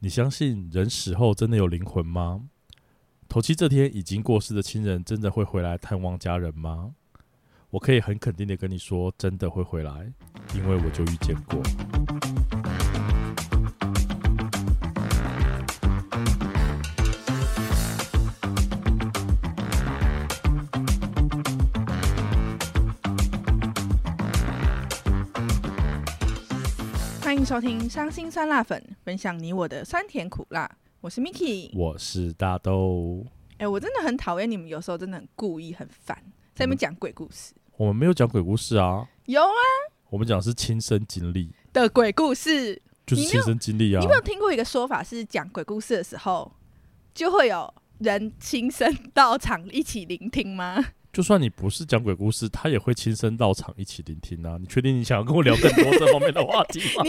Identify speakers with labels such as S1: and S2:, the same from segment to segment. S1: 你相信人死后真的有灵魂吗？头七这天已经过世的亲人真的会回来探望家人吗？我可以很肯定的跟你说，真的会回来，因为我就遇见过。
S2: 欢迎收听《伤心酸辣粉》，分享你我的酸甜苦辣。我是 Miki。
S1: 我是大豆，
S2: 哎、我真的很讨厌你们，有时候真的很故意、很烦，在那边讲鬼故事。
S1: 我们没有讲鬼故事啊，
S2: 有啊
S1: 我们讲的是亲身经历，
S2: 的鬼故事，
S1: 就是
S2: 你没有
S1: 亲身经历啊
S2: 你有。没有听过一个说法是，讲鬼故事的时候就会有人亲身到场一起聆听吗？
S1: 就算你不是讲鬼故事，他也会亲身到场一起聆听啊。你确定你想要跟我聊更多这方面的话题吗？
S2: 你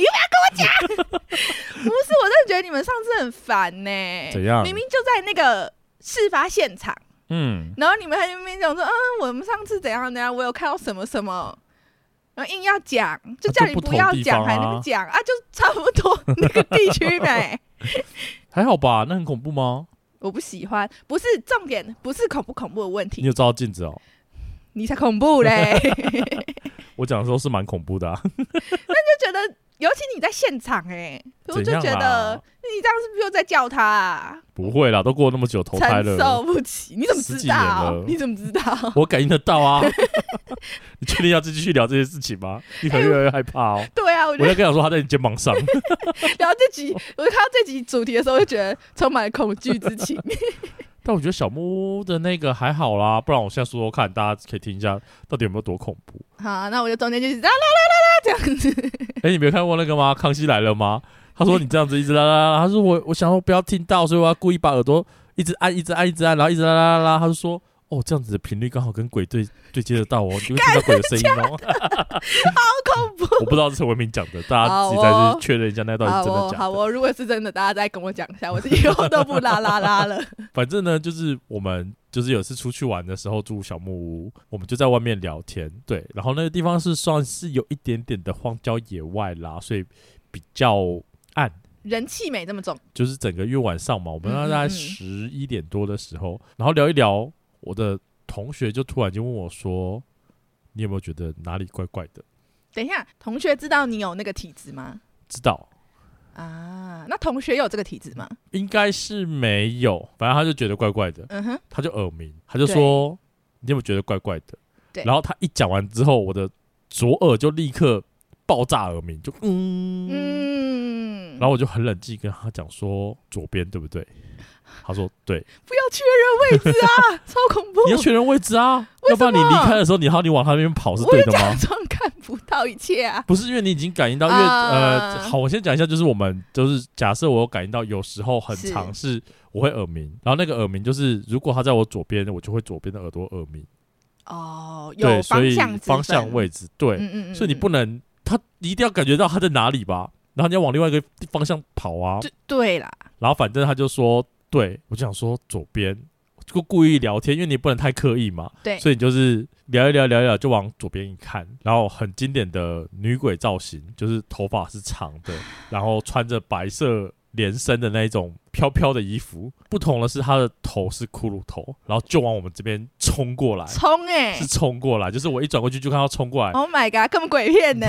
S2: 不是，我真的觉得你们上次很烦呢、
S1: 怎样
S2: 明明就在那个事发现场，
S1: 嗯，
S2: 然后你们还在那边讲说，嗯，我们上次怎样怎样，我有看到什么什么，然后硬要讲，就叫你
S1: 啊不同
S2: 要
S1: 地
S2: 讲，
S1: 方
S2: 还那
S1: 啊
S2: 么讲啊，就差不多那个地 区呗。
S1: 还好吧？那很恐怖吗？
S2: 我不喜欢，不是重点，不是恐不恐怖的问
S1: 你
S2: 题，
S1: 有照镜子哦？
S2: 你才恐怖 嘞，就
S1: 我讲的时候是蛮恐怖的、啊，
S2: 觉得，尤其你在现场哎、我就
S1: 怎样
S2: 觉
S1: 啦
S2: 得你这样是不是又在叫他、啊？
S1: 不会啦，都过了那么久，投胎
S2: 承受
S1: 了，
S2: 不起，你怎么
S1: 十
S2: 知
S1: 几年
S2: 道
S1: 了？
S2: 你怎么知道？
S1: 我感应得到啊。 你确定要继续聊这些事情 吗？你可能越来越害怕哦。
S2: 对啊，我觉
S1: 我
S2: 得
S1: 在跟你说，他在你肩膀上。
S2: 聊这集，我看到这集主题的时候，就觉得充满了恐惧之情。
S1: 但我觉得小木屋的那个还好啦，不然我现在说说看，大家可以听一下到底有没有多恐怖。
S2: 好，那我就中间就是啦啦啦啦啦这样子。
S1: 哎、你没有看过那个吗？康熙来了吗？他说你这样子一直啦啦啦，他说我我想要不要听到，所以我要故意把耳朵一直按，一直按，一直按，然后一直啦啦啦啦。他就说哦，这样子的频率刚好跟鬼对对接得到哦，你就会听到鬼的声音哦。
S2: 好恐怖。
S1: 我不知道是陈文明讲的，大家自己再去确认一下那到底
S2: 好
S1: 是真的
S2: 哦，
S1: 假
S2: 好
S1: 的。
S2: 哦，如果是真的，大家再跟我讲一下，我是以后都不啦啦啦 了。
S1: 反正呢，就是我们就是有一次出去玩的时候住小木屋，我们就在外面聊天，对，然后那个地方是算是有一点点的荒郊野外啦，所以比较暗，
S2: 人气没这么重，
S1: 就是整个月晚上嘛，我们
S2: 嗯
S1: 大概
S2: 嗯嗯
S1: 十一点多的时候，然后聊一聊，我的同学就突然就问我说：“你有没有觉得哪里怪怪的
S2: 等一下，同学知道你有那个体质吗？？”
S1: 知道。
S2: 啊，那同学有这个体质吗？
S1: 应该是没有，反正他就觉得怪怪的，
S2: 嗯哼，
S1: 他就耳鸣，他就说：“你有没有觉得怪怪的？”
S2: 对
S1: 然后他一讲完之后，我的左耳就立刻爆炸耳鸣，就嗯
S2: 嗯，
S1: 然后我就很冷静跟他讲说：“左边对不对？”他说：“对。”
S2: 不要确认位 置啊，超恐 怖！
S1: 你要确认位置啊，
S2: 为
S1: 要
S2: 什
S1: 不
S2: 么
S1: 然你离开的时候，你好，你往他那边跑是
S2: 我
S1: 对的
S2: 就假
S1: 吗？
S2: 装看不到一切啊。
S1: 不是，因为你已经感应到，因为、
S2: 啊
S1: 呃，好，我先讲一下，就是我们就是假设我有感应到，有时候很
S2: 是
S1: 长是我会耳鸣，然后那个耳鸣就是如果他在我左边，我就会左边的耳朵耳鸣，
S2: 哦，有
S1: 对，所
S2: 方
S1: 以
S2: 向之
S1: 方向
S2: 分，
S1: 位置对，
S2: 嗯嗯嗯，
S1: 所以你
S2: 嗯
S1: 不能，他你一定要感觉到他在哪里吧，然后你要往另外一个地方向跑啊，
S2: 对对啦，
S1: 然后反正他就说，对我就想说左边，就故意聊天，因为你不能太刻意嘛，
S2: 对
S1: 所以你就是聊一聊聊一聊，就往左边一看，然后很经典的女鬼造型，就是头发是长的，然后穿着白色连身的那一种飘飘的衣服，不同的是她的头是骷髅头，然后就往我们这边冲过来，
S2: 冲哎
S1: 是冲过来，就是我一转过去就看到冲过来，
S2: ，Oh my god，根本鬼 片呢。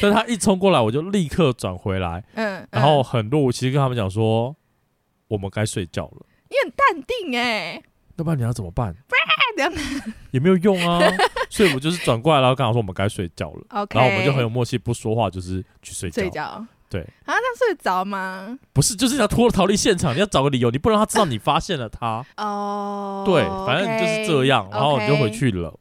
S1: 但她一冲过来我就立刻转回来，
S2: 嗯，
S1: 然后
S2: 嗯
S1: 很若无其事跟他们讲说，我们该睡觉了。
S2: 你很淡定哎，
S1: 要不然你要怎么 办？
S2: 这样
S1: 也没有用啊。 所以我就是转过来，然后刚好说我们该睡觉了，
S2: OK，
S1: 然后我们就很有默契，不说话，就是去睡觉。
S2: 睡觉。
S1: 对
S2: 啊，那睡得着吗？
S1: 不是，就是要脱逃离现场，你要找个理由，你不让他知道你发现了他。
S2: 哦，
S1: 对，反正就是这样
S2: OK，
S1: 然后我就回去了。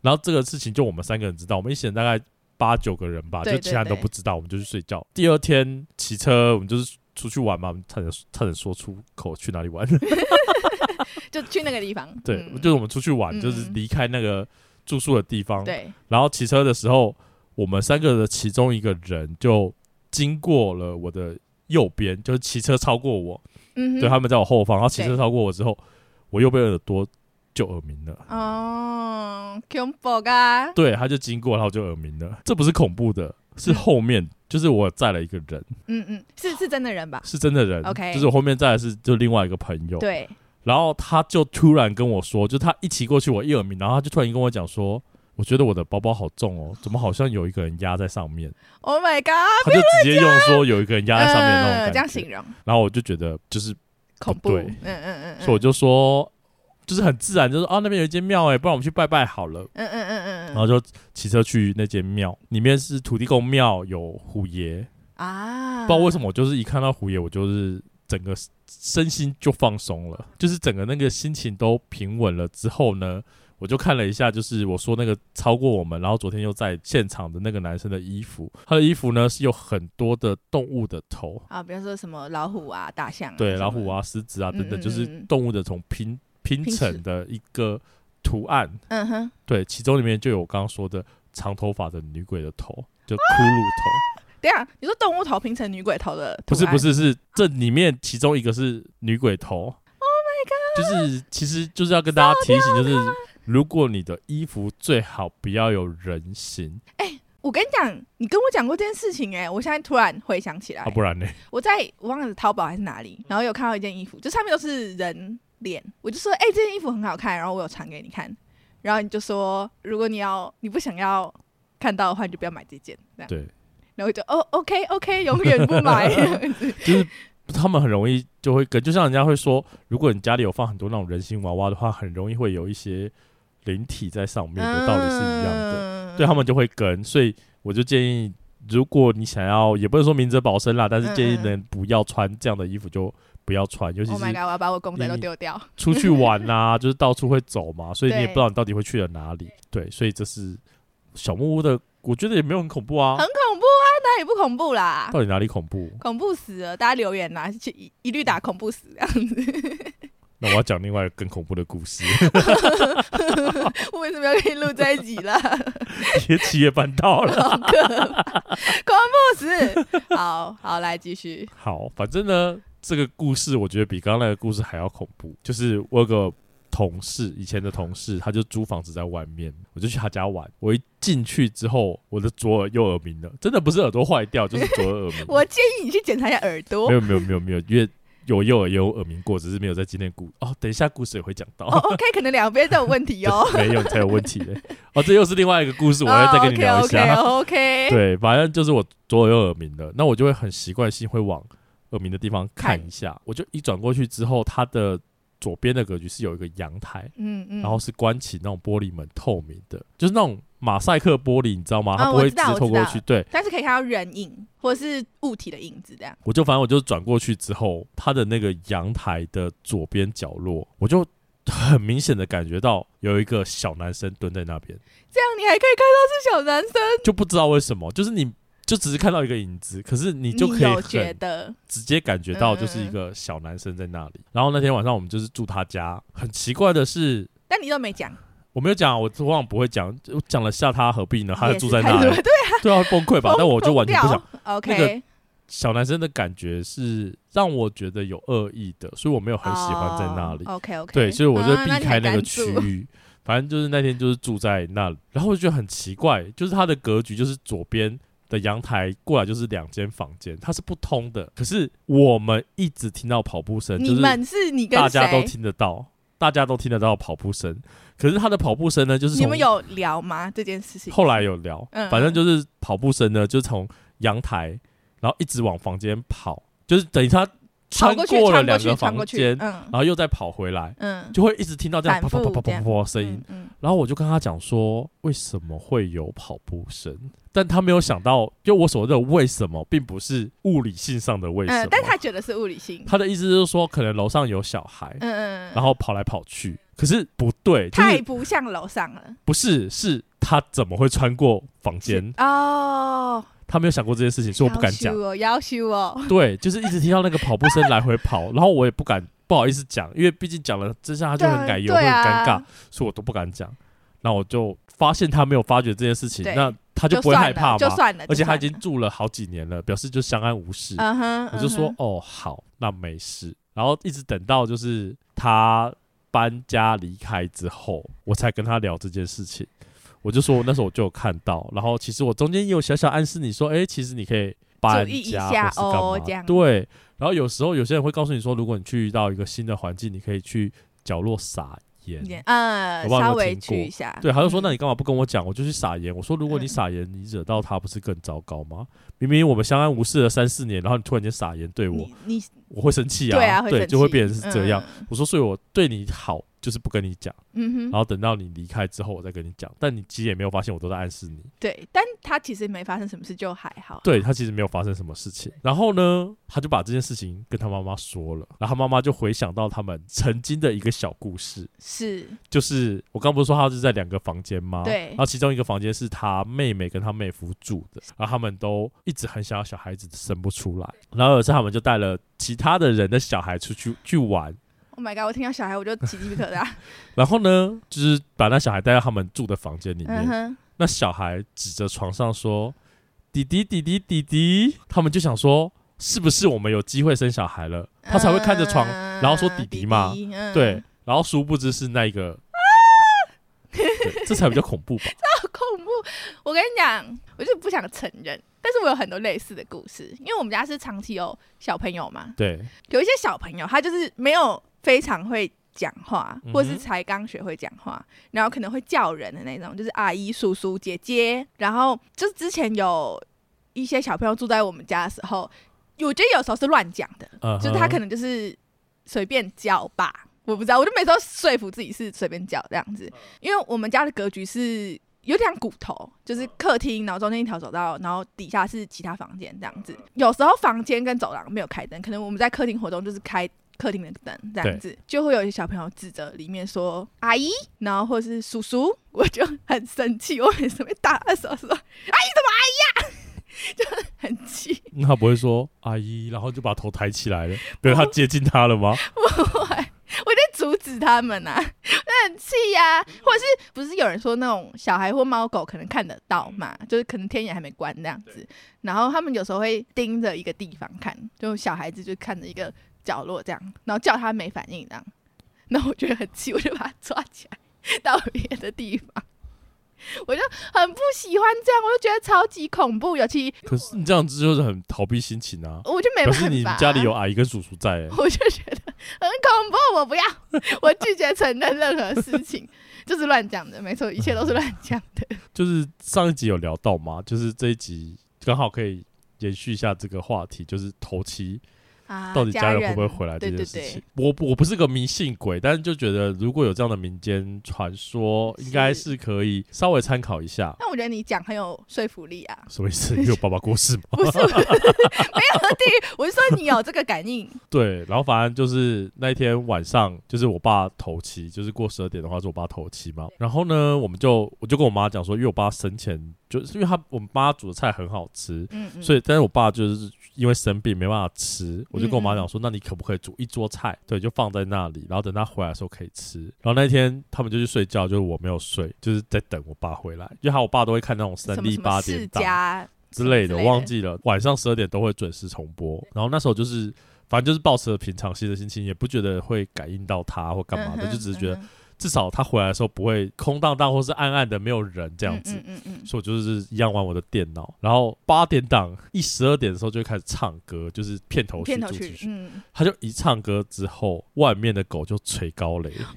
S1: 然后这个事情就我们三个人知道，我们一行人大概八九个人吧，
S2: 对
S1: 就其他人
S2: 对
S1: 都
S2: 对
S1: 不知道，我们就去睡觉。第二天骑车，我们就是出去玩嘛，我们差点差点说出口去哪里玩。
S2: 就去那个地方。
S1: 对，
S2: 嗯
S1: 就是我们出去玩，就是
S2: 嗯嗯
S1: 离开那个住宿的地方，
S2: 对，
S1: 然后骑车的时候，我们三个的其中一个人就经过了我的右边，就是骑车超过我，
S2: 嗯哼，
S1: 对，他们在我后方，然后骑车
S2: 对
S1: 超过我之后，我右边耳朵就耳鸣了。
S2: 哦，恐怖啊！啊
S1: 对，他就经过，然后就耳鸣了。这不是恐怖的，是后面就是我载了一个人，
S2: 嗯嗯，是是真的人吧？
S1: 是真的人
S2: OK
S1: 就是我后面载的是就另外一个朋友，
S2: 对，
S1: 然后他就突然跟我说，就他一骑过去，我一耳鸣，然后他就突然跟我讲说，我觉得我的包包好重哦，怎么好像有一个人压在上面？
S2: Oh my god！
S1: 他就直接用说有一个人压在上面那种
S2: 嗯
S1: 感
S2: 这样
S1: 觉
S2: 形容
S1: 然后我就觉得就是，
S2: 恐怖。
S1: 对
S2: 嗯嗯嗯嗯，
S1: 所以我就说，就是很自然，就说啊那边有一间庙哎，不然我们去拜拜好了。
S2: 嗯嗯嗯嗯
S1: 然
S2: 嗯
S1: 后就骑车去那间庙，里面是土地公庙，有虎爷。
S2: 啊，
S1: 不知道为什么，我就是一看到虎爷，我就是整个身心就放松了，就是整个那个心情都平稳了之后呢，我就看了一下，就是我说那个超过我们，然后昨天又在现场的那个男生的衣服，他的衣服呢是有很多的动物的头，
S2: 啊，比方说什么老虎啊、大象啊，
S1: 对，
S2: 什么
S1: 老虎，啊、狮子啊等
S2: 嗯嗯
S1: 等，
S2: 嗯
S1: 就是
S2: 嗯
S1: 动物的从拼拼
S2: 拼
S1: 成
S2: 成
S1: 的一个图案，
S2: 嗯哼，
S1: 对，其中里面就有我刚刚说的长头发的女鬼的头，就骷髅头。
S2: 等一下你说动物头拼成女鬼头的哦
S1: 不
S2: 图
S1: 是
S2: 案，
S1: 不是是这里面其中一个是女鬼头。Oh my god！就是其实就是要跟大家提醒，就是如果你的衣服最好不要有人形
S2: 我跟你讲，你跟我讲过这件事情哎、我现在突然回想起来，
S1: 啊，不然呢？
S2: 我在我忘了淘宝还是哪里，然后有看到一件衣服，就上面都是人脸，我就说哎、这件衣服很好看，然后我有传给你看，然后你就说如果你要你不想要看到的话，你就不要买这件，这样，
S1: 对，
S2: 然后我就哦 OK OK，永远不 买，
S1: 就是他们很容易就会跟，就像人家会说，如果你家里有放很多那种人形娃娃的话，很容易会有一些灵体在上面的道理是一样的。
S2: 的
S1: 对他们就会跟，所以我就建议，如果你想要，也不能说明哲保身啦，但是建议
S2: 嗯嗯嗯
S1: 人不要穿这样的衣服，就不要穿，尤其
S2: Oh my
S1: 是
S2: god！我要把我公仔都丢掉。
S1: 出去玩呐、 就是到处会走 嘛，所以你也
S2: 对
S1: 不知道你到底会去了哪里。对，所以这是小木屋的，我觉得也没有很恐怖啊
S2: 很，恐怖啊，那也不恐怖啦，
S1: 到底哪里恐怖？
S2: 恐怖死了！大家留言啦，去一一律打恐怖死这样子。
S1: 那我要讲另外一个更恐怖的故事，
S2: 我 为什么要跟你录这一集啦？
S1: 也七月半到了。
S2: 好可怕，恐怖死！好好来继续。。
S1: 好，反正呢，这个故事我觉得比刚刚那个故事还要恐怖。就是我有个同事，以前的同事，他就租房子在外面，我就去他家玩。我一进去之后，我的左耳右耳鸣了，真的不是耳朵坏掉，就是左耳耳鸣
S2: 我建议你去检查一下耳朵
S1: 没。有没有没有没有，因为有右耳也有耳鸣过，只是没有在今天故哦，等一下故事也会讲到。
S2: 哦，OK，可能两边都有问题哦。
S1: 没有你才有问题嘞。哦，这又是另外一个故事， 我要再跟你聊一下。
S2: o k OK，
S1: 对，反正就是我左耳右耳鸣的，那我就会很习惯性会往耳鸣的地方看一下。我就一转过去之后，它的左边的格局是有一个阳台，
S2: 嗯嗯。
S1: 然后是关起那种玻璃门，透明的，就是那种马赛克玻璃，你知道吗？
S2: 哦
S1: 它不会
S2: 我
S1: 直
S2: 知道
S1: 接透
S2: 我知
S1: 过
S2: 道
S1: 去。对，
S2: 但是可以看到人影或是物体的影子这样。
S1: 我就反正我就转过去之后，它的那个阳台的左边角落，我就很明显的感觉到有一个小男生蹲在那边。
S2: 这样你还可以看到是小男生，
S1: 就不知道为什么，就是你就只是看到一个影子，可是你
S2: 你
S1: 就可以
S2: 有觉
S1: 很
S2: 得
S1: 直接感觉到就是一
S2: 嗯
S1: 个小男生在那里。然后那天晚上我们就是住他家，很奇怪的是，
S2: 但你都没讲，
S1: 我没有讲，我往往不会讲，我讲了吓他何必呢？他
S2: 也
S1: 就是住在
S2: 太
S1: 那
S2: 多
S1: 里，对啊，崩 溃吧？但我就完全不想。
S2: 疯掉 OK，、
S1: 那个小男生的感觉是让我觉得有恶意的，所以我没有很喜欢在那里。
S2: OK OK，啊
S1: 对，所以我就避开那个区域。反正就是那天就是住在那里，然后我就觉得很奇怪，就是它的格局就是左边的阳台过来就是两间房间，它是不通的。可是我们一直听到跑步声，
S2: 你
S1: 就是
S2: 们是你跟
S1: 大家都
S2: 谁？
S1: 听得到，大家都听得到跑步声。可是他的跑步声呢，就是
S2: 你
S1: 从
S2: 们有聊吗？这件事情？
S1: 后来有聊，
S2: 嗯
S1: 反正就是跑步声呢，就是从阳台，然后一直往房间跑，就是等于他
S2: 跑
S1: 穿
S2: 过去，
S1: 过了
S2: 穿
S1: 两
S2: 去
S1: 个
S2: 穿
S1: 房
S2: 过去
S1: 间，
S2: 嗯
S1: 然后又再跑回来。
S2: 嗯，
S1: 就会一直听到这样啪
S2: 反
S1: 啪
S2: 复
S1: 啪啪
S2: 这
S1: 啪啪
S2: 样
S1: 啪的声音。
S2: 嗯，
S1: 然后我就跟他讲说，为什么会有跑步声？但他没有想到，就我所谓的为什么，并不是物理性上的为
S2: 嗯
S1: 什么。
S2: 嗯，但他觉得是物理性，
S1: 他的意思就是说，可能楼上有小孩，
S2: 嗯嗯，嗯
S1: 然后跑来跑去。可是不对，就
S2: 太
S1: 是
S2: 不像楼上了
S1: 不是是他怎么会穿过房间？
S2: 哦，
S1: 他没有想过这件事情，所以我不敢
S2: 要
S1: 讲
S2: 修。哦，要修哦，
S1: 对，就是一直听到那个跑步声来回 跑，然后我也不敢不好意思讲，因为毕竟讲了之下他就很改油，会
S2: 对
S1: 很
S2: 啊
S1: 尴
S2: 对
S1: 尬
S2: 啊，
S1: 所以我都不敢讲。那我就发现他没有发觉这件事情，
S2: 对
S1: 那他就不会害
S2: 算
S1: 怕
S2: 了，就
S1: 嘛。
S2: 算了，
S1: 而且
S2: 就算
S1: 他
S2: 了
S1: 已经，住了好几年了，表示就相安无事。
S2: 嗯哼，
S1: 我就说
S2: 嗯哼，
S1: 哦好，那没事。然后一直等到就是他搬家离开之后，我才跟他聊这件事情。我就说那时候我就有看到，然后其实我中间也有小小暗示你说，哎、其实你可以搬
S2: 注意一
S1: 家或
S2: 下
S1: 是干
S2: 哦
S1: 嘛
S2: 这样
S1: 对，然后有时候有些人会告诉你说，如果你去到一个新的环境，你可以去角落撒盐。
S2: 嗯，
S1: 我不知道有没有
S2: 稍微
S1: 听过
S2: 去一下。
S1: 对，他就说：“
S2: 嗯
S1: 那你干嘛不跟我讲？我就去撒盐。”我说：“如果你
S2: 嗯
S1: 撒盐，你惹到他，不是更糟糕吗？明明我们相安无事了三四年，然后你突然间撒盐对我，
S2: 你你
S1: 我会生气
S2: 嗯对啊，生气
S1: 就会变成是这样。。
S2: 嗯
S1: 我说：“所以我对你好，就是不跟你讲，
S2: 嗯
S1: 然
S2: 哼，
S1: 后等到你离开之后，我再跟你讲。但你其实也没有发现，我都在暗示你。
S2: 对，但他其实没发生什么事，就还好。
S1: 对他其实没有发生什么事情。然后呢，他就把这件事情跟他妈妈说了，然后他妈妈就回想到他们曾经的一个小故事。
S2: 是，
S1: 就是我刚不是说他是在两个房间吗？
S2: 对
S1: 然后其中一个房间是他妹妹跟他妹夫住的，然后他们都一直很想要小孩子生不出来，然后有一次他们就带了其他的人的小孩出去去玩，
S2: Oh my god！我听到小孩我就起鸡皮疙瘩。
S1: 然后呢，就是把那小孩带到他们住的房间里面，
S2: 嗯哼，
S1: 那小孩指着床上说：“弟弟，弟弟，弟弟。”他们就想说，是不是我们有机会生小孩了？他才会看着床，
S2: 嗯
S1: 然后说弟弟嘛
S2: 弟弟嗯、啊
S1: 对，，然后殊不知是那一个。 对这才比较恐怖吧？
S2: 好恐怖！我跟你讲，我就不想承认，但是我有很多类似的故事，因为我们家是长期有小朋友嘛，
S1: 对，
S2: 有一些小朋友他就是没有非常会讲话，
S1: 嗯哼
S2: 或是才刚学会讲话，然后可能会叫人的那种，就是阿姨、叔叔、姐姐。然后就是之前有一些小朋友住在我们家的时候，我觉得有时候是乱讲的，
S1: 嗯哼，
S2: 就是他可能就是随便叫吧，我不知道，我就每次都说服自己是随便叫这样子，
S1: 嗯
S2: 因为我们家的格局是有点像骨头，就是客厅，然后中间一条走道，然后底下是其他房间这样子。
S1: 嗯
S2: 有时候房间跟走廊没有开灯，可能我们在客厅活动就是开。客厅的灯这样子，就会有一些小朋友指着里面说“阿姨”，然后或是“叔叔”，我就很生气，我每次会打他的手说“阿姨怎么阿 姨呀、就很气。
S1: 那他不会说阿姨，然后就把头抬起来了，比如他接近他了吗？
S2: 哦不会， 我在阻止他们啊，我很气呀、或者是不是有人说那种小孩或猫狗可能看得到嘛，就是可能天眼还没关那样子，然后他们有时候会盯着一个地方看，就小孩子就看着一个角落这样，然后叫他没反应这样，那我觉得很气，我就把他抓起来到别的地方。 我就很不喜欢这样，我就觉得超级恐怖，尤其
S1: 可是你这样子就是很逃避心情啊，
S2: 我就没
S1: 表
S2: 办
S1: 示
S2: 法。
S1: 你家里有阿姨跟叔叔在、欸，
S2: 我就觉得很恐怖，我不要， 我拒绝承认任何事情，就是乱讲的，没错，一切都是乱讲的。
S1: 就是上一集有聊到嘛，就是这一集刚好可以延续一下这个话题，就是头七
S2: 啊
S1: 到底家人会不会回来这
S2: 对
S1: 件
S2: 对
S1: 事情。
S2: 对，
S1: 我我不是个迷信鬼，但是就觉得如果有这样的民间传说，应该是可以稍微参考一下。
S2: 那我觉得你讲很有说服力啊，
S1: 什么意 思？因为我爸爸过世嘛。
S2: 不是，不是没有地狱，我是说你有这个感应，
S1: 对，然后反正就是那一天晚上，就是我爸头七，就是过十二点的话是我爸头七嘛。然后呢，我们就我就跟我妈讲说，因为我爸生前就是因为他我们妈煮的菜很好吃，
S2: 嗯嗯，
S1: 所
S2: 以
S1: 以但是我爸就是因为生病没办法吃，我就跟我妈
S2: 嗯嗯
S1: 讲说，那你可不可以煮一桌菜？对，就放在那里，然后等他回来的时候可以吃。然后那一天他们就去睡觉，就是我没有睡，就是在等我爸回来，因为他我爸都会看那种三
S2: 什么
S1: D
S2: 什
S1: 八
S2: 么
S1: 点
S2: 世
S1: 档。
S2: 家
S1: 之类
S2: 之
S1: 的，
S2: 类
S1: 我
S2: 的
S1: 忘记了。晚上十二点都会准时重播。然后那时候就是，反正就是抱持着平常心的心情，也不觉得会感应到他或干嘛的，
S2: 嗯哼
S1: 就只是觉
S2: 嗯
S1: 得
S2: 哼
S1: 至少他回来的时候不会空荡荡或是暗暗的没有人这样子。
S2: 嗯嗯嗯嗯，
S1: 所以我就是一样玩我的电脑，然后八点档一十二点的时候就会开始唱歌，就是片头曲、
S2: 片头
S1: 主
S2: 曲
S1: 题，曲。
S2: 嗯，
S1: 他就一唱歌之后，外面的狗就垂高 雷，
S2: 哦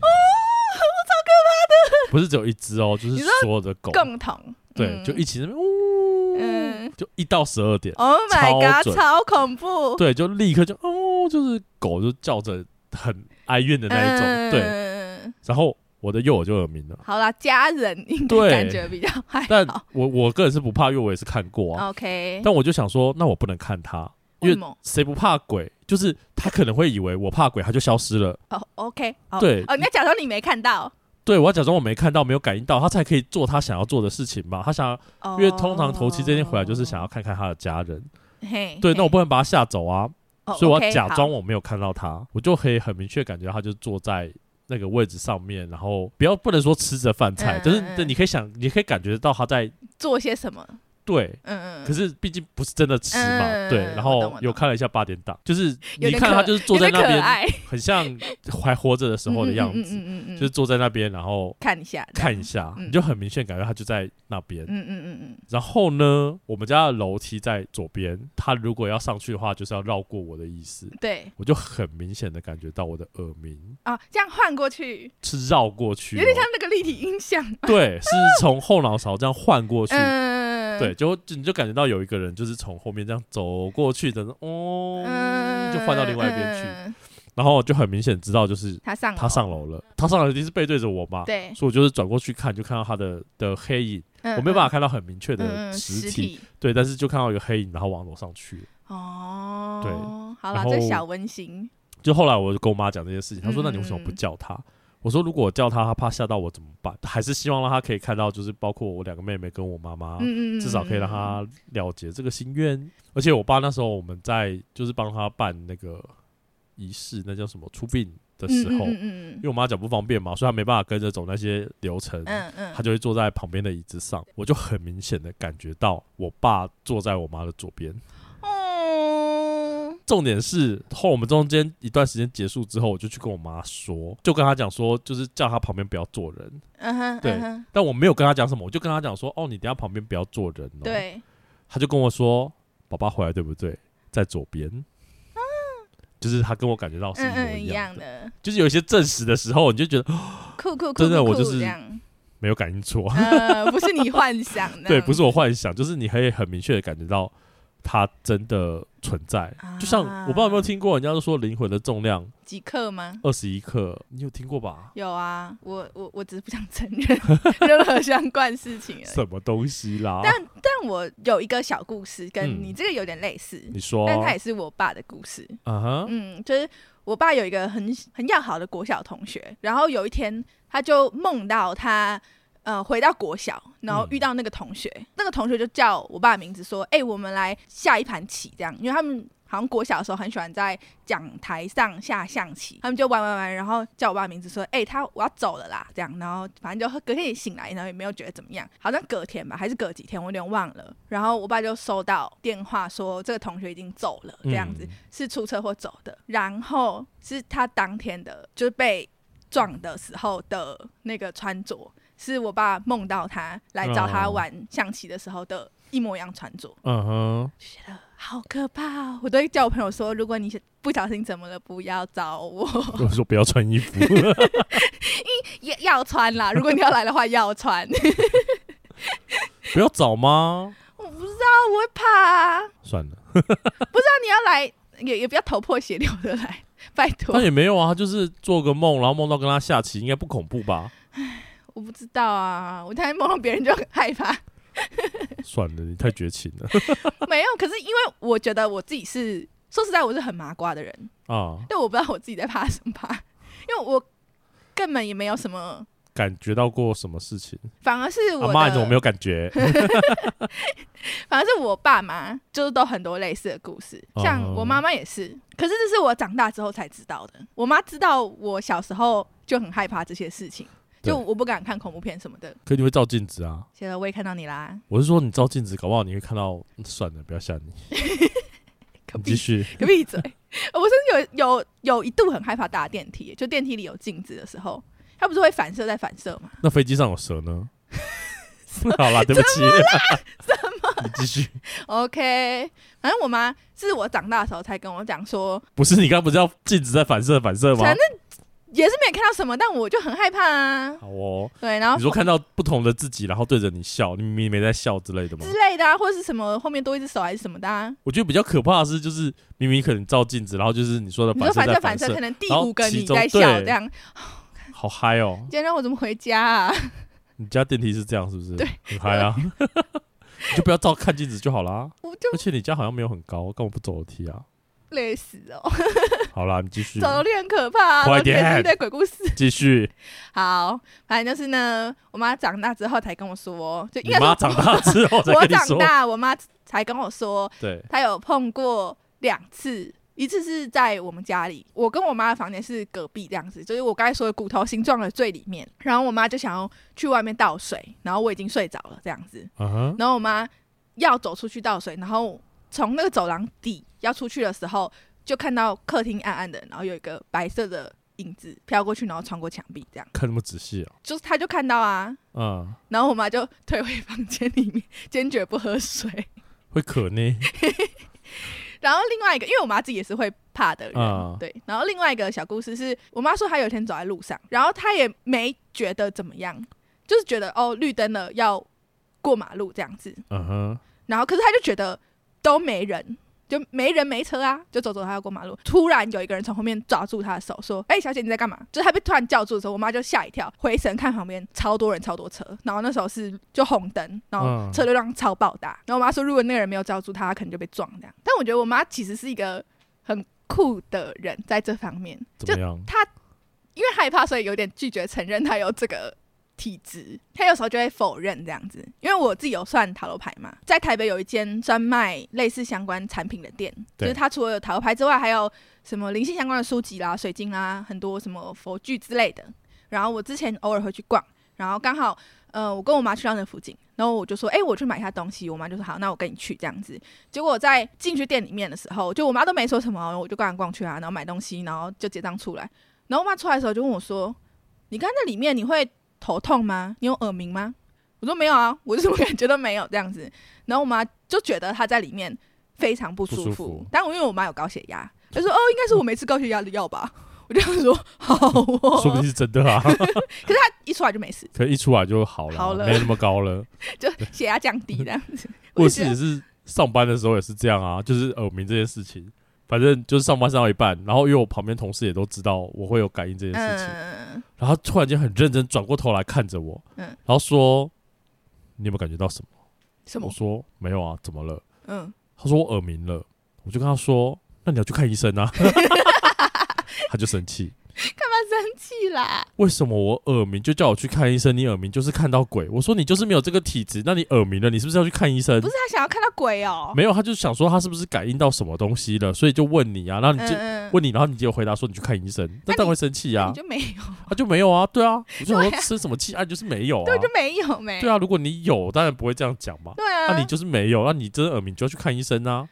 S1: 不是只有一只哦，就是
S2: 你说
S1: 所有的狗，
S2: 共同
S1: 对，就一起在那边呜，
S2: 嗯
S1: 就一到十二点，
S2: ，Oh my
S1: 超
S2: god，
S1: 准
S2: 超恐 怖，
S1: 对，就立刻就哦，就是狗就叫着很哀怨的那一种，
S2: 嗯
S1: 对。
S2: 对，
S1: 然后我的右耳就耳鸣了，
S2: 好啦，家人应该
S1: 对
S2: 感觉比较还
S1: 但
S2: 好。
S1: 我我个人是不怕，因为我也是看过啊。
S2: OK，
S1: 但我就想说，那我不能看它，因
S2: 为
S1: 为
S2: 什么？
S1: 谁不怕鬼？就是他可能会以为我怕鬼，他就消失了。
S2: 哦，OK，哦
S1: 对
S2: 哦，你要假装你没看到，
S1: 对我要假装我没看到，没有感应到，他才可以做他想要做的事情嘛。他想要，
S2: 哦
S1: 因为通常头七这天回来就是想要，看看他的家人。
S2: 嘿，
S1: 对，
S2: 嘿
S1: 那我不能把他吓走啊。
S2: 哦
S1: 所以我要
S2: OK，
S1: 假
S2: 好
S1: 装我没有看到他，我就可以很明确感觉到他就坐在那个位置上面，然后不要不能说吃着饭菜，
S2: 嗯
S1: 就是
S2: 嗯嗯
S1: 对你可以想，你可以感觉到他在
S2: 做些什么，
S1: 对，
S2: 嗯嗯，
S1: 可
S2: 是
S1: 是毕竟不是真的吃嘛，
S2: 嗯
S1: 对。然
S2: 我懂
S1: 后
S2: 我懂
S1: 有看了一下八点档，就是你
S2: 有
S1: 一
S2: 点
S1: 看
S2: 可
S1: 他就是坐在那
S2: 可
S1: 边，
S2: 爱
S1: 很像还活着的时候的样
S2: 嗯嗯
S1: 子，
S2: 嗯嗯嗯嗯，
S1: 就是坐在那边，然后
S2: 看一下，
S1: 看一，下，
S2: 嗯
S1: 你就很明显感觉他就在那边。
S2: 嗯嗯嗯嗯，
S1: 然后呢，我们家的楼梯在左边，他如果要上去的话，就是要绕过我的意思。
S2: 对
S1: 我就很明显的感觉到我的耳鸣
S2: 啊，这样换过去，
S1: 是绕过去、哦，哦
S2: 有点像那个立体音响，
S1: 对，是从后脑勺这样换过去，
S2: 嗯，
S1: 对，，就就你就感觉到有一个人就是从后面这样走过去的，哦，
S2: 嗯，
S1: 就换到另外一边去，
S2: 嗯，
S1: 然后就很明显知道就是
S2: 他上
S1: 他上楼了，他上楼一定是背对着我嘛，
S2: 嗯对，
S1: 所以我就是转过去看，就看到他的的黑影，
S2: 我
S1: 我没有办法看到很明确
S2: 嗯
S1: 的
S2: 嗯
S1: 实
S2: 实
S1: 体，
S2: 体
S1: 对，但是就看到一个黑影，然后往楼上去了。
S2: 哦，
S1: 对，
S2: 好
S1: 然
S2: 了，
S1: 后
S2: 这小温馨，
S1: 就后来我就跟我妈讲这件事情，她说：“
S2: 嗯
S1: 那你为什么不叫他？”我说：“如果我叫他，他怕吓到我怎么办？还是希望让他可以看到，就是包括我两个妹妹跟我妈妈，
S2: 嗯嗯，嗯
S1: 至少可以让，他了解这个心愿。而且我爸那时候我们在就是帮他办那个仪式，那叫什么出殡的
S2: 嗯
S1: 时候，
S2: 嗯嗯
S1: 因为我妈讲不方便嘛，所以她没办法跟着走那些流程，
S2: 嗯嗯，
S1: 她就会坐在旁边的椅子上。我就很明显的感觉到我爸坐在我妈的左边。
S2: 哦，
S1: 重点是后来我们中间一段时间结束之后，我就去跟我妈说，就跟她讲说，就是叫她旁边不要坐人。
S2: 嗯哼，
S1: 对
S2: 嗯哼
S1: 但我没有跟她讲什么，我就跟她讲说，哦，你等一下旁边不要坐人哦。，
S2: 对，
S1: 她就跟我说，爸爸回来对不对？在左边。就是她跟我感觉到是一
S2: 嗯
S1: 模
S2: 嗯
S1: 一
S2: 一
S1: 样
S2: 样
S1: 的，
S2: 的，
S1: 就是有一些证实的时候，你就觉得哦
S2: 酷酷酷，
S1: 真的
S2: 酷
S1: 我就
S2: 酷
S1: 是
S2: 这样，
S1: 没有感应错，
S2: 呃，不是你幻想的，
S1: 对，不是我幻想，就是你可以很明确的感觉到它真的存在。就像我不知道有没有听过，人家都说灵魂的重量
S2: 几克吗？
S1: 二十一克，你有听过吧？
S2: 有啊，我我我只是不想承 认任何相关事情而已。
S1: 什么东西啦？
S2: 但但我有一个小故事，跟
S1: 嗯哦
S2: 你这个有点类似，
S1: 你说，
S2: 但它也是我爸的故事。
S1: 啊哈，
S2: 嗯，就是我爸有一个很很要好的国小同学，然后有一天他就梦到他呃回到国小，然后遇到那个同学，那个同学就叫我爸的名字说：“哎、我们来下一盘棋。”这样，因为他们好像国小的时候很喜欢在讲台上下象棋，他们就玩玩玩，然后叫我爸的名字说：“哎、他我要走了啦。”这样，然后反正就隔天也醒来，然后也没有觉得怎么样，好像隔天吧，还是隔几天，我有点忘了。然后我爸就收到电话说这个同学已经走了，这样子。
S1: 嗯
S2: 是出车祸走的，然后是他当天的，就是被撞的时候的那个穿着，是我爸梦到他来找他
S1: 哦
S2: 玩象棋的时候的一模一样穿着，
S1: 嗯哼，
S2: 就觉得好可怕、哦。我都会叫我朋友说，如果你不小心怎么了，不要找我，
S1: 我说不要穿衣服，
S2: 要 要穿啦。如果你要来的话，要穿。
S1: 不要找吗？
S2: 我不知道，我会怕、啊。
S1: 算了，
S2: 那你要来，也也不要头破血流的来，拜托
S1: 但。也没有啊，他就是做个梦，然后梦到跟他下棋，应该不恐怖 吧？
S2: 我不知道啊，我突然梦到别人就很害怕。
S1: 算了，你太绝情 了
S2: 没有，可是因为我觉得我自己是，说实在，我是很麻瓜的人，
S1: 啊！
S2: 但我不知道我自己在怕什么怕，因为我根本也没有什么，
S1: 感觉到过什么事情？
S2: 反而是我
S1: 阿
S2: 的，
S1: 啊妈，你怎么没有感 觉？
S2: 反而是我爸妈就是都很多类似的故事，
S1: 哦
S2: 像我妈妈也是，可是这是我长大之后才知道的。我妈知道我小时候就很害怕这些事情，
S1: 对
S2: 就我不敢看恐怖片什么的。
S1: 可你会照镜子啊？
S2: 现在我也看到你啦，
S1: 我是说你照镜子，搞不好你会看到。算了，不要吓你，
S2: 可
S1: 你
S2: 闭
S1: 继续。
S2: 可闭嘴！ 我甚至有有有一度很害怕搭电梯，就电梯里有镜子的时候，它不是会反射再反射吗？
S1: 那飞机上有蛇呢？ 好啦，对不起， 你继续。
S2: OK，反正我妈是我长大的时候才跟我讲说，
S1: 不是你刚不是要镜子在反射反射吗？
S2: 反也是没有看到什么，但我就很害怕啊。
S1: 好哦，
S2: 对，然后
S1: 你说看到不同的自己，然后对着你笑，你明明没在笑之类的吗
S2: 之？类的啊，或者是什么后面多一只手还是什么的、啊，
S1: 我觉得比较可怕的是，就是明明可能照镜子，然后就是你说的
S2: 你说
S1: 射
S2: 反
S1: 在
S2: 射
S1: 反
S2: 反
S1: 射，
S2: 射，可能第
S1: 然后
S2: 五个
S1: 其
S2: 你
S1: 中
S2: 在笑
S1: 对
S2: 这样，
S1: 好嗨哦！
S2: 今天让我怎么回家啊？
S1: 你家电梯是这样是不是？
S2: 对，
S1: 很嗨啊！你就不要照看镜子就好啦。
S2: 我就
S1: 而且你家好像没有很高，干嘛不走楼梯啊？
S2: 累死 哦，
S1: 好啦，你继续
S2: 走，楼梯很可怕、啊，
S1: 快
S2: 楼梯
S1: 点
S2: 是一堆鬼故事。
S1: 继续。
S2: 好，反正就是呢，我妈长大之后才跟我说，就 应
S1: 你
S2: 该
S1: 妈
S2: 说
S1: 长大之后再
S2: 我
S1: 跟你
S2: 长
S1: 说，
S2: 大，我妈才跟我说，
S1: 对，
S2: 他有碰过两次，一次是在我们家里，我跟我妈的房间是隔壁这样子，就是我刚才说的骨头心撞的最里面，然后我妈就想要去外面倒水，然后我已经睡着了这样子，
S1: 嗯哼，
S2: 然后我妈。要走出去倒水，然后从那个走廊底要出去的时候，就看到客厅暗暗的，然后有一个白色的影子飘过去，然后穿过墙壁，这样
S1: 看那么仔细啊，
S2: 就是他就看到啊，
S1: 嗯，
S2: 然后我妈就退回房间里面，坚决不喝水。
S1: 会渴 呢，
S2: 然后另外一个，因为我妈自己也是会怕的人，
S1: 嗯
S2: 对。然后另外一个小故事是我妈说，她有一天走在路上，然后她也没觉得怎么样，就是觉得哦绿灯了要过马路这样子，
S1: 嗯哼，
S2: 然后可是她就觉得都没人，就没人没车啊，就走走她要过马路，突然有一个人从后面抓住她的手说：“哎、小姐你在干嘛？”就是她被突然叫住的时候，我妈就吓一跳，回神看旁边超多人超多车，然后那时候是就红灯，然后
S1: 嗯
S2: 车流量超爆大。然后我妈说，如果那个人没有罩住他，他可能就被撞这样。但我觉得我妈其实是一个很酷的人，在这方面，就
S1: 怎么样？
S2: 因为害怕，所以有点拒绝承认她有这个体质。她有时候就会否认这样子。因为我自己有算塔罗牌嘛，在台北有一间专卖类似相关产品的店，就
S1: 对
S2: 是它除了有塔罗牌之外，还有什么灵性相关的书籍啦、水晶啦，很多什么佛具之类的。然后我之前偶尔会去逛，然后刚好呃，我跟我妈去到那附近，然后我就说，哎、我去买一下东西。我妈就说好，那我跟你去这样子。结果我在进去店里面的时候，就我妈都没说什么，我就逛来逛去啊，然后买东西，然后就结账出来。然后我妈出来的时候就问我说：“你刚才那里面你会头痛吗？你有耳鸣吗？”我说：“没有啊，我就什么感觉都没有这样子。”然后我妈就觉得她在里面非常不舒服，
S1: 不舒服
S2: 但我因为我妈有高血压，她说：“哦，应该是我没吃高血压的药吧。”我就想说：“好哦。”
S1: 说不定是真的啊，
S2: 一出来就没事，
S1: 可一出来就好了，
S2: 好了
S1: 没那么高了。
S2: 就血压降低这样 子。
S1: 我
S2: 就觉
S1: 自己
S2: 得
S1: 是上班的时候也是这样啊，就是耳鸣这件事情，反正就是上班上到一半，然后因为我旁边同事也都知道我会有感应这件事情，
S2: 嗯，
S1: 然后突然间很认真转过头来看着我，
S2: 嗯
S1: 然后说：“你有没有感觉到什么
S2: 什？”么
S1: 我？说：“没有啊，怎么了
S2: 嗯，？”
S1: 他说：“我耳鸣了。”我就跟他说：“那你要去看医生啊。” 他就生气，
S2: 生气啦！
S1: 为什么我耳鸣就叫我去看医生？你耳鸣就是看到鬼。我说你就是没有这个体质，那你耳鸣了，你是不是要去看医生
S2: 不？是他想要看到鬼哦、
S1: 嗯没有，他就想说他是不是感应到什么东西了，所以就问你啊，然后你就、
S2: 嗯嗯，
S1: 问你，然后你就回答说你去看医生，那当
S2: 你
S1: 然会生气
S2: 那
S1: 啊
S2: 你，就没有，
S1: 他就没有啊，对啊，我就想
S2: 对
S1: 说
S2: 啊
S1: 生什么气啊，你就是没有啊，
S2: 对，就没有没。
S1: 对啊，如果你有，当然不会这样讲嘛，
S2: 对啊，
S1: 那、你 就是没有，那你真的耳鸣就要去看医生啊，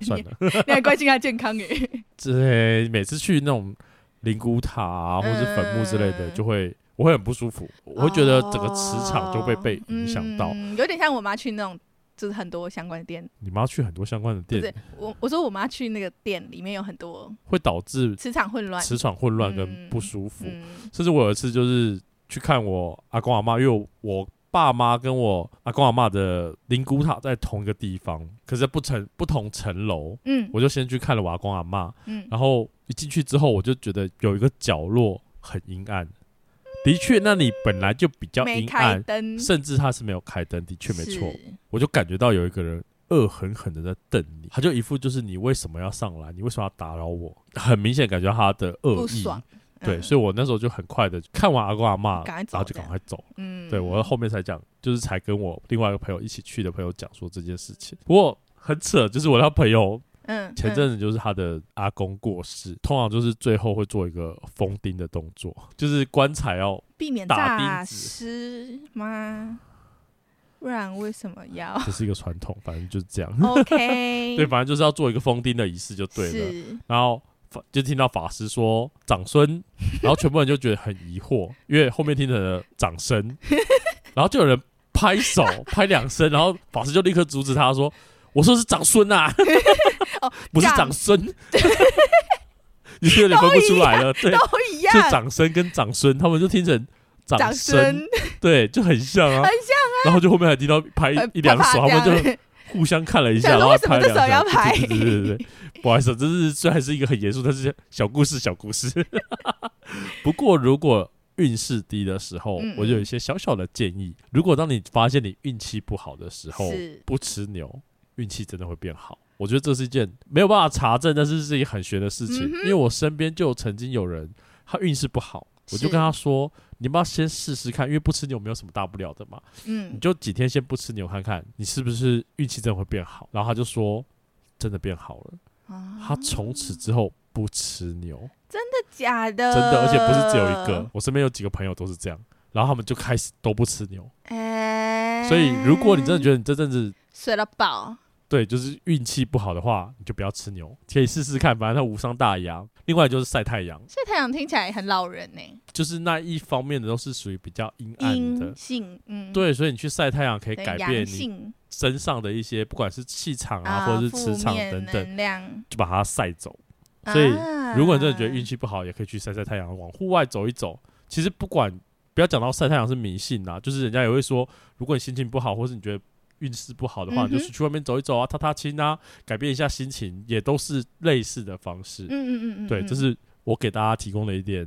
S1: 算了，
S2: 你还关心他健康耶？
S1: 这每次去那种灵骨塔啊或者坟墓之类的，
S2: 嗯
S1: 就会我会很不舒服，我会觉得整个磁场就会被影响到。
S2: 嗯有点像我妈去那种。就是很多相关的店，
S1: 你妈去很多相关的
S2: 不
S1: 店
S2: 是，我我说我妈去那个店里面有很多
S1: 会导致
S2: 磁场混乱，
S1: 磁场混乱跟
S2: 嗯
S1: 不舒服。
S2: 嗯
S1: 甚至我有一次就是去看我阿公阿妈，因为我我爸妈跟我阿公阿妈的灵骨塔在同一个地方，可是不层不同层楼，
S2: 嗯
S1: 我就先去看了我阿公阿妈，
S2: 嗯，
S1: 然后一进去之后，我就觉得有一个角落很阴暗，的确那里本来就比较
S2: 没
S1: 阴
S2: 开
S1: 暗，
S2: 灯，
S1: 甚至它是没有开灯，的确没错，
S2: 是
S1: 我就感觉到有一个人。恶狠狠的在瞪你，他就一副就是你为什么要上来，你为什么要打扰我？很明显感觉到他的恶
S2: 不
S1: 意，
S2: 爽。
S1: 对，
S2: 嗯
S1: 所以我那时候就很快的看完阿公阿妈，
S2: 赶快
S1: 然
S2: 走
S1: 后就
S2: 这
S1: 赶
S2: 样
S1: 快走。
S2: 嗯，
S1: 对我后面才讲，就是才跟我另外一个朋友一起去的朋友讲说这件事情。不过很扯，就是我那朋友
S2: 嗯
S1: 前
S2: 嗯
S1: 阵子就是他的阿公过世，通常就是最后会做一个封钉的动作，就是棺材要
S2: 避免
S1: 打
S2: 诈
S1: 钉子
S2: 尸吗？不然为什么要
S1: 这是一个传统，反正就是这样。
S2: 嗯？OK，
S1: 对，反正就是要做一个封钉的仪式就对了。
S2: 是
S1: 然后法就听到法师说长 孙，然后全部人就觉得很疑惑，因为后面听着掌声，然后就有人拍 手拍两声，然后法师就立刻阻止他说：“我说是长孙啊，
S2: 哦
S1: 不是长孙。” 你是有点分不出来了，对，
S2: 都一样，
S1: 哎是掌声跟长孙，他们就听成
S2: 掌
S1: 掌
S2: 声
S1: 声，对，就很像啊，
S2: 很
S1: 然后就后面还听到拍一
S2: 很
S1: 一两
S2: 啪
S1: 手，
S2: 啪
S1: 他
S2: 这
S1: 们就
S2: 样
S1: 互相看了一下，
S2: 想
S1: 然
S2: 说
S1: 后
S2: 为什么
S1: 拍两
S2: 这时候
S1: 下
S2: 要拍
S1: 对对对对对，不好意思，这是虽然是一个很严肃，但是小故事，小故事。 不过如果运势低的时候，
S2: 嗯
S1: 我就有一些小小的建议。如果当你发现你运气不好的时候，
S2: 是
S1: 不吃牛，运气真的会变好。我觉得这是一件没有办法查证，但是是一个很玄的事情。
S2: 嗯哼
S1: 因为我身边就曾经有人，他运势不好，我
S2: 是
S1: 就跟他说：“你们要先试试看，因为不吃牛没有什么大不了的嘛。”你
S2: 嗯，
S1: 就几天先不吃牛看看，你是不是运气真的会变好？然后他就说，真的变嗯好了。他
S2: 啊
S1: 从此之后不吃牛，
S2: 假的，
S1: 真的，而且不是只有一个，，我身边有几个朋友都是这样，然后他们就开始都不吃牛。
S2: 哎，
S1: 所以，如果你真的觉得你这阵子
S2: 水了饱。
S1: 对，就是运气不好的话，你就不要吃牛，可以试试看，反正它无伤大雅。另外就是晒太阳，
S2: 晒太阳听起来很老人呢、
S1: 就是那一方面的都是属于比较阴暗的
S2: 阴。性，嗯，
S1: 对，所以你去晒太阳可以
S2: 对，
S1: 改变
S2: 阳
S1: 你
S2: 性
S1: 身上的一些，不管是气场啊，
S2: 啊，
S1: 或者是
S2: 负
S1: 磁场
S2: 面
S1: 等等，
S2: 能量。啊
S1: 就把它晒走。所以
S2: 嗯
S1: 如果你真的觉得运
S2: 气，
S1: 气不好，也可以去晒晒太阳，往户外走一走。其实不管不要讲到晒太阳是迷信啦，就是人家也会说，如果你心情不好，或是你觉得运势不好的话，
S2: 嗯哼
S1: 你就是去外面走一走啊，踏踏青啊，改变一下心情，也都是类似的方式。
S2: 嗯嗯嗯嗯，
S1: 对，
S2: 嗯
S1: 这是我给大家提供的一点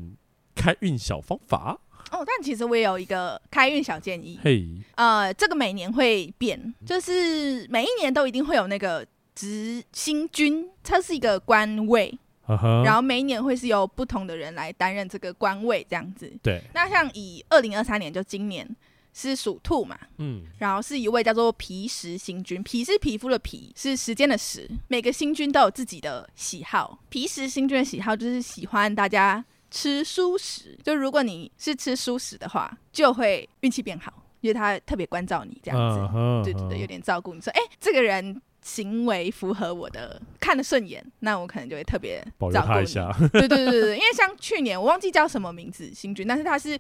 S1: 开运小方法。
S2: 哦。但其实我也有一个开运小建议，
S1: 嘿、
S2: 呃，这个每年会变，就是每一年都一定会有那个执行军，它是一个官位，
S1: 呵呵，
S2: 然
S1: 后
S2: 后每一年会是由不同的人来担任这个官位这样子。
S1: 对，
S2: 那像以二零二三年就今年是属兔嘛，
S1: 嗯，
S2: 然后是一位叫做皮石星君，皮是皮肤的皮，是时间的时。每个星君都有自己的喜好，皮石星君的喜好就是喜欢大家吃蔬食，就如果你是吃蔬食的话，就会运气变好，因为他特别关照你这样子。
S1: 嗯哼
S2: 对对对，有
S1: 嗯
S2: 点照顾你说，哎、这个人行为符合我的，看得顺眼，那我可能就会特别
S1: 保佑
S2: 照顾
S1: 他一
S2: 你。
S1: 下。
S2: 对对对对对，因为像去年我忘记叫什么名字星君，但是他是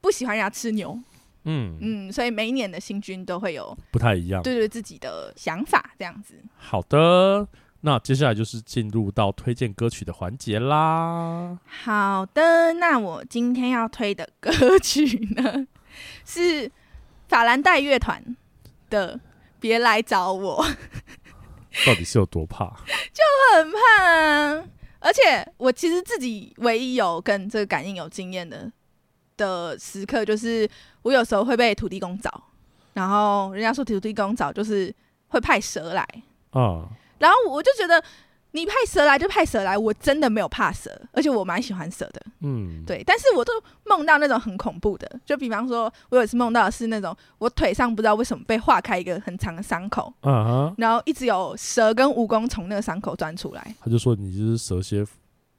S2: 不喜欢人家吃牛，
S1: 嗯
S2: 嗯，所以每一年的星君都会有
S1: 不太一样。
S2: 对对自己的想法这样子。
S1: 好的，那接下来就是进入到推荐歌曲的环节啦。
S2: 好的，那我今天要推的歌曲呢 是法兰黛乐团的《别来找我》。
S1: 到底是有多怕？
S2: 很怕啊！而且我其实自己唯一有跟这个感应有经验的的时刻，就是我有时候会被土地公找，然后人家说土地公找就是会派蛇来，
S1: 啊、
S2: 然后我就觉得你派蛇来就派蛇来，我真的没有怕蛇，而且我蛮喜欢蛇的。
S1: 嗯，，
S2: 对，但是我都梦到那种很恐怖的，就比方说，我有一次梦到的是那种我腿上不知道为什么被划开一个很长的伤口，
S1: 啊哈，
S2: 然后一直有蛇跟蜈蚣从那个伤口钻出来。
S1: 他就说你就是蛇蝎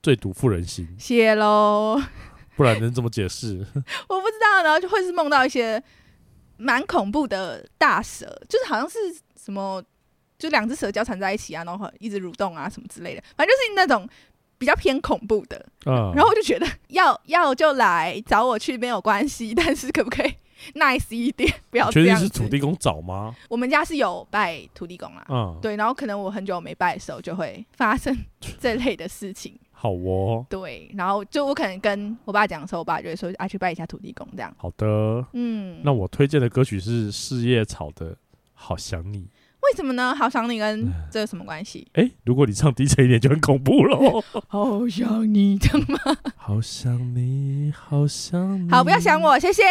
S1: 最毒妇人心，
S2: 谢喽，
S1: 不然能怎么解释？
S2: 我不知道，然后就会是梦到一些蛮恐怖的大蛇，就是好像是什么，就两只蛇交缠在一起啊，然后一直蠕动啊什么之类的，反正就是那种比较偏恐怖的。
S1: 啊，
S2: 然后我就觉得要要就来找我去没有关系，但是可不可以 nice 一点， 不要
S1: 确
S2: 这
S1: 定
S2: 样
S1: 是
S2: 子。
S1: 土地公找吗？
S2: 我们家是有拜土地公啦，
S1: 啊，，
S2: 对，然后可能我很久没拜的时候就会发生这类的事情。
S1: 好哦，
S2: 对，然后就我可能跟我爸讲的时候，我爸就会说啊，去拜一下土地公这样。
S1: 好的。
S2: 嗯，
S1: 那我推荐的歌曲是四叶草的《好想你》。
S2: 为什么呢？好想 你跟这有什么关系？
S1: 哎，如果你唱低沉一点就很恐怖 喽。
S2: 好想你，这样吗？
S1: 好想你，好想你，
S2: 好，不要想 我，谢谢，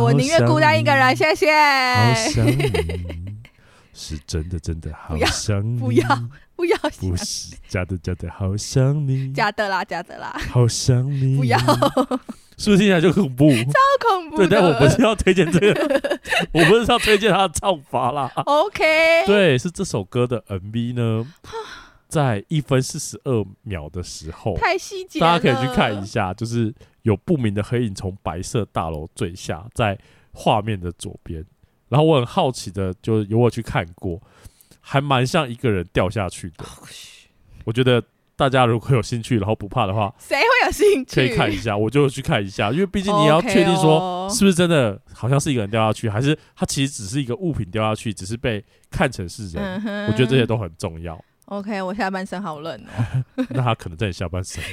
S2: 我宁愿孤单一个人，谢谢。
S1: 好想你， 是真的真的好
S2: 不要
S1: 想你，
S2: 不要不要
S1: 不
S2: 想，
S1: 是假的假的好想你，
S2: 假的啦，假的啦，
S1: 好想你，
S2: 不要，好
S1: 是不是听起来就恐怖？
S2: 恐怖
S1: 对，
S2: 的。
S1: 但我不是要推荐这个， 我不是要推荐他的唱法啦。
S2: 哎 OK，，
S1: 对，是这首歌的 MV 呢，在一分四十二秒的时候，
S2: 太细节，
S1: 大家可以去看一。下，就是有不明的黑影从白色大楼坠下，在画面的左边。然后我很好奇的，就有我去看过，还蛮像一个人掉下去
S2: 哦
S1: 的。我觉得大家如果有兴趣，然后不怕的话，
S2: 谁会有兴趣？
S1: 可以看一下，我就去看一下，因为毕竟你要确定说
S2: OK 哦
S1: 是不是真的，好像是一个人掉下去，还是它其实只是一个物品掉下去，只是被看成是人。
S2: 嗯哼
S1: 我觉得这些都很重要。
S2: OK。我下半身好冷哦。
S1: 那他可能在你下半身。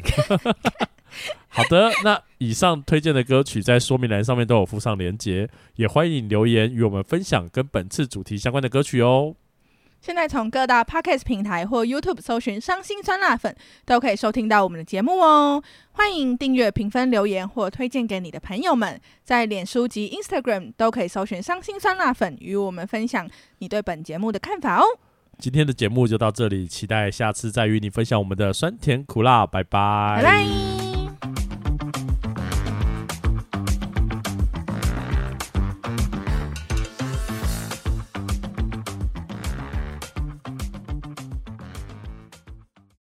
S1: 好的，那以上推荐的歌曲在说明栏上面都有附上连结，也欢迎你留言与我们分享跟本次主题相关的歌曲哦。
S2: 现在从各大 podcast 平台或 YouTube 搜寻“伤心酸辣粉”，都可以收听到我们的节目哦。欢迎订阅、评分、留言或推荐给你的朋友们。在脸书及 Instagram 都可以搜寻“伤心酸辣粉”，与我们分享你对本节目的看法哦。
S1: 今天的节目就到这里，期待下次再与你分享我们的酸甜苦辣，拜
S2: 拜拜。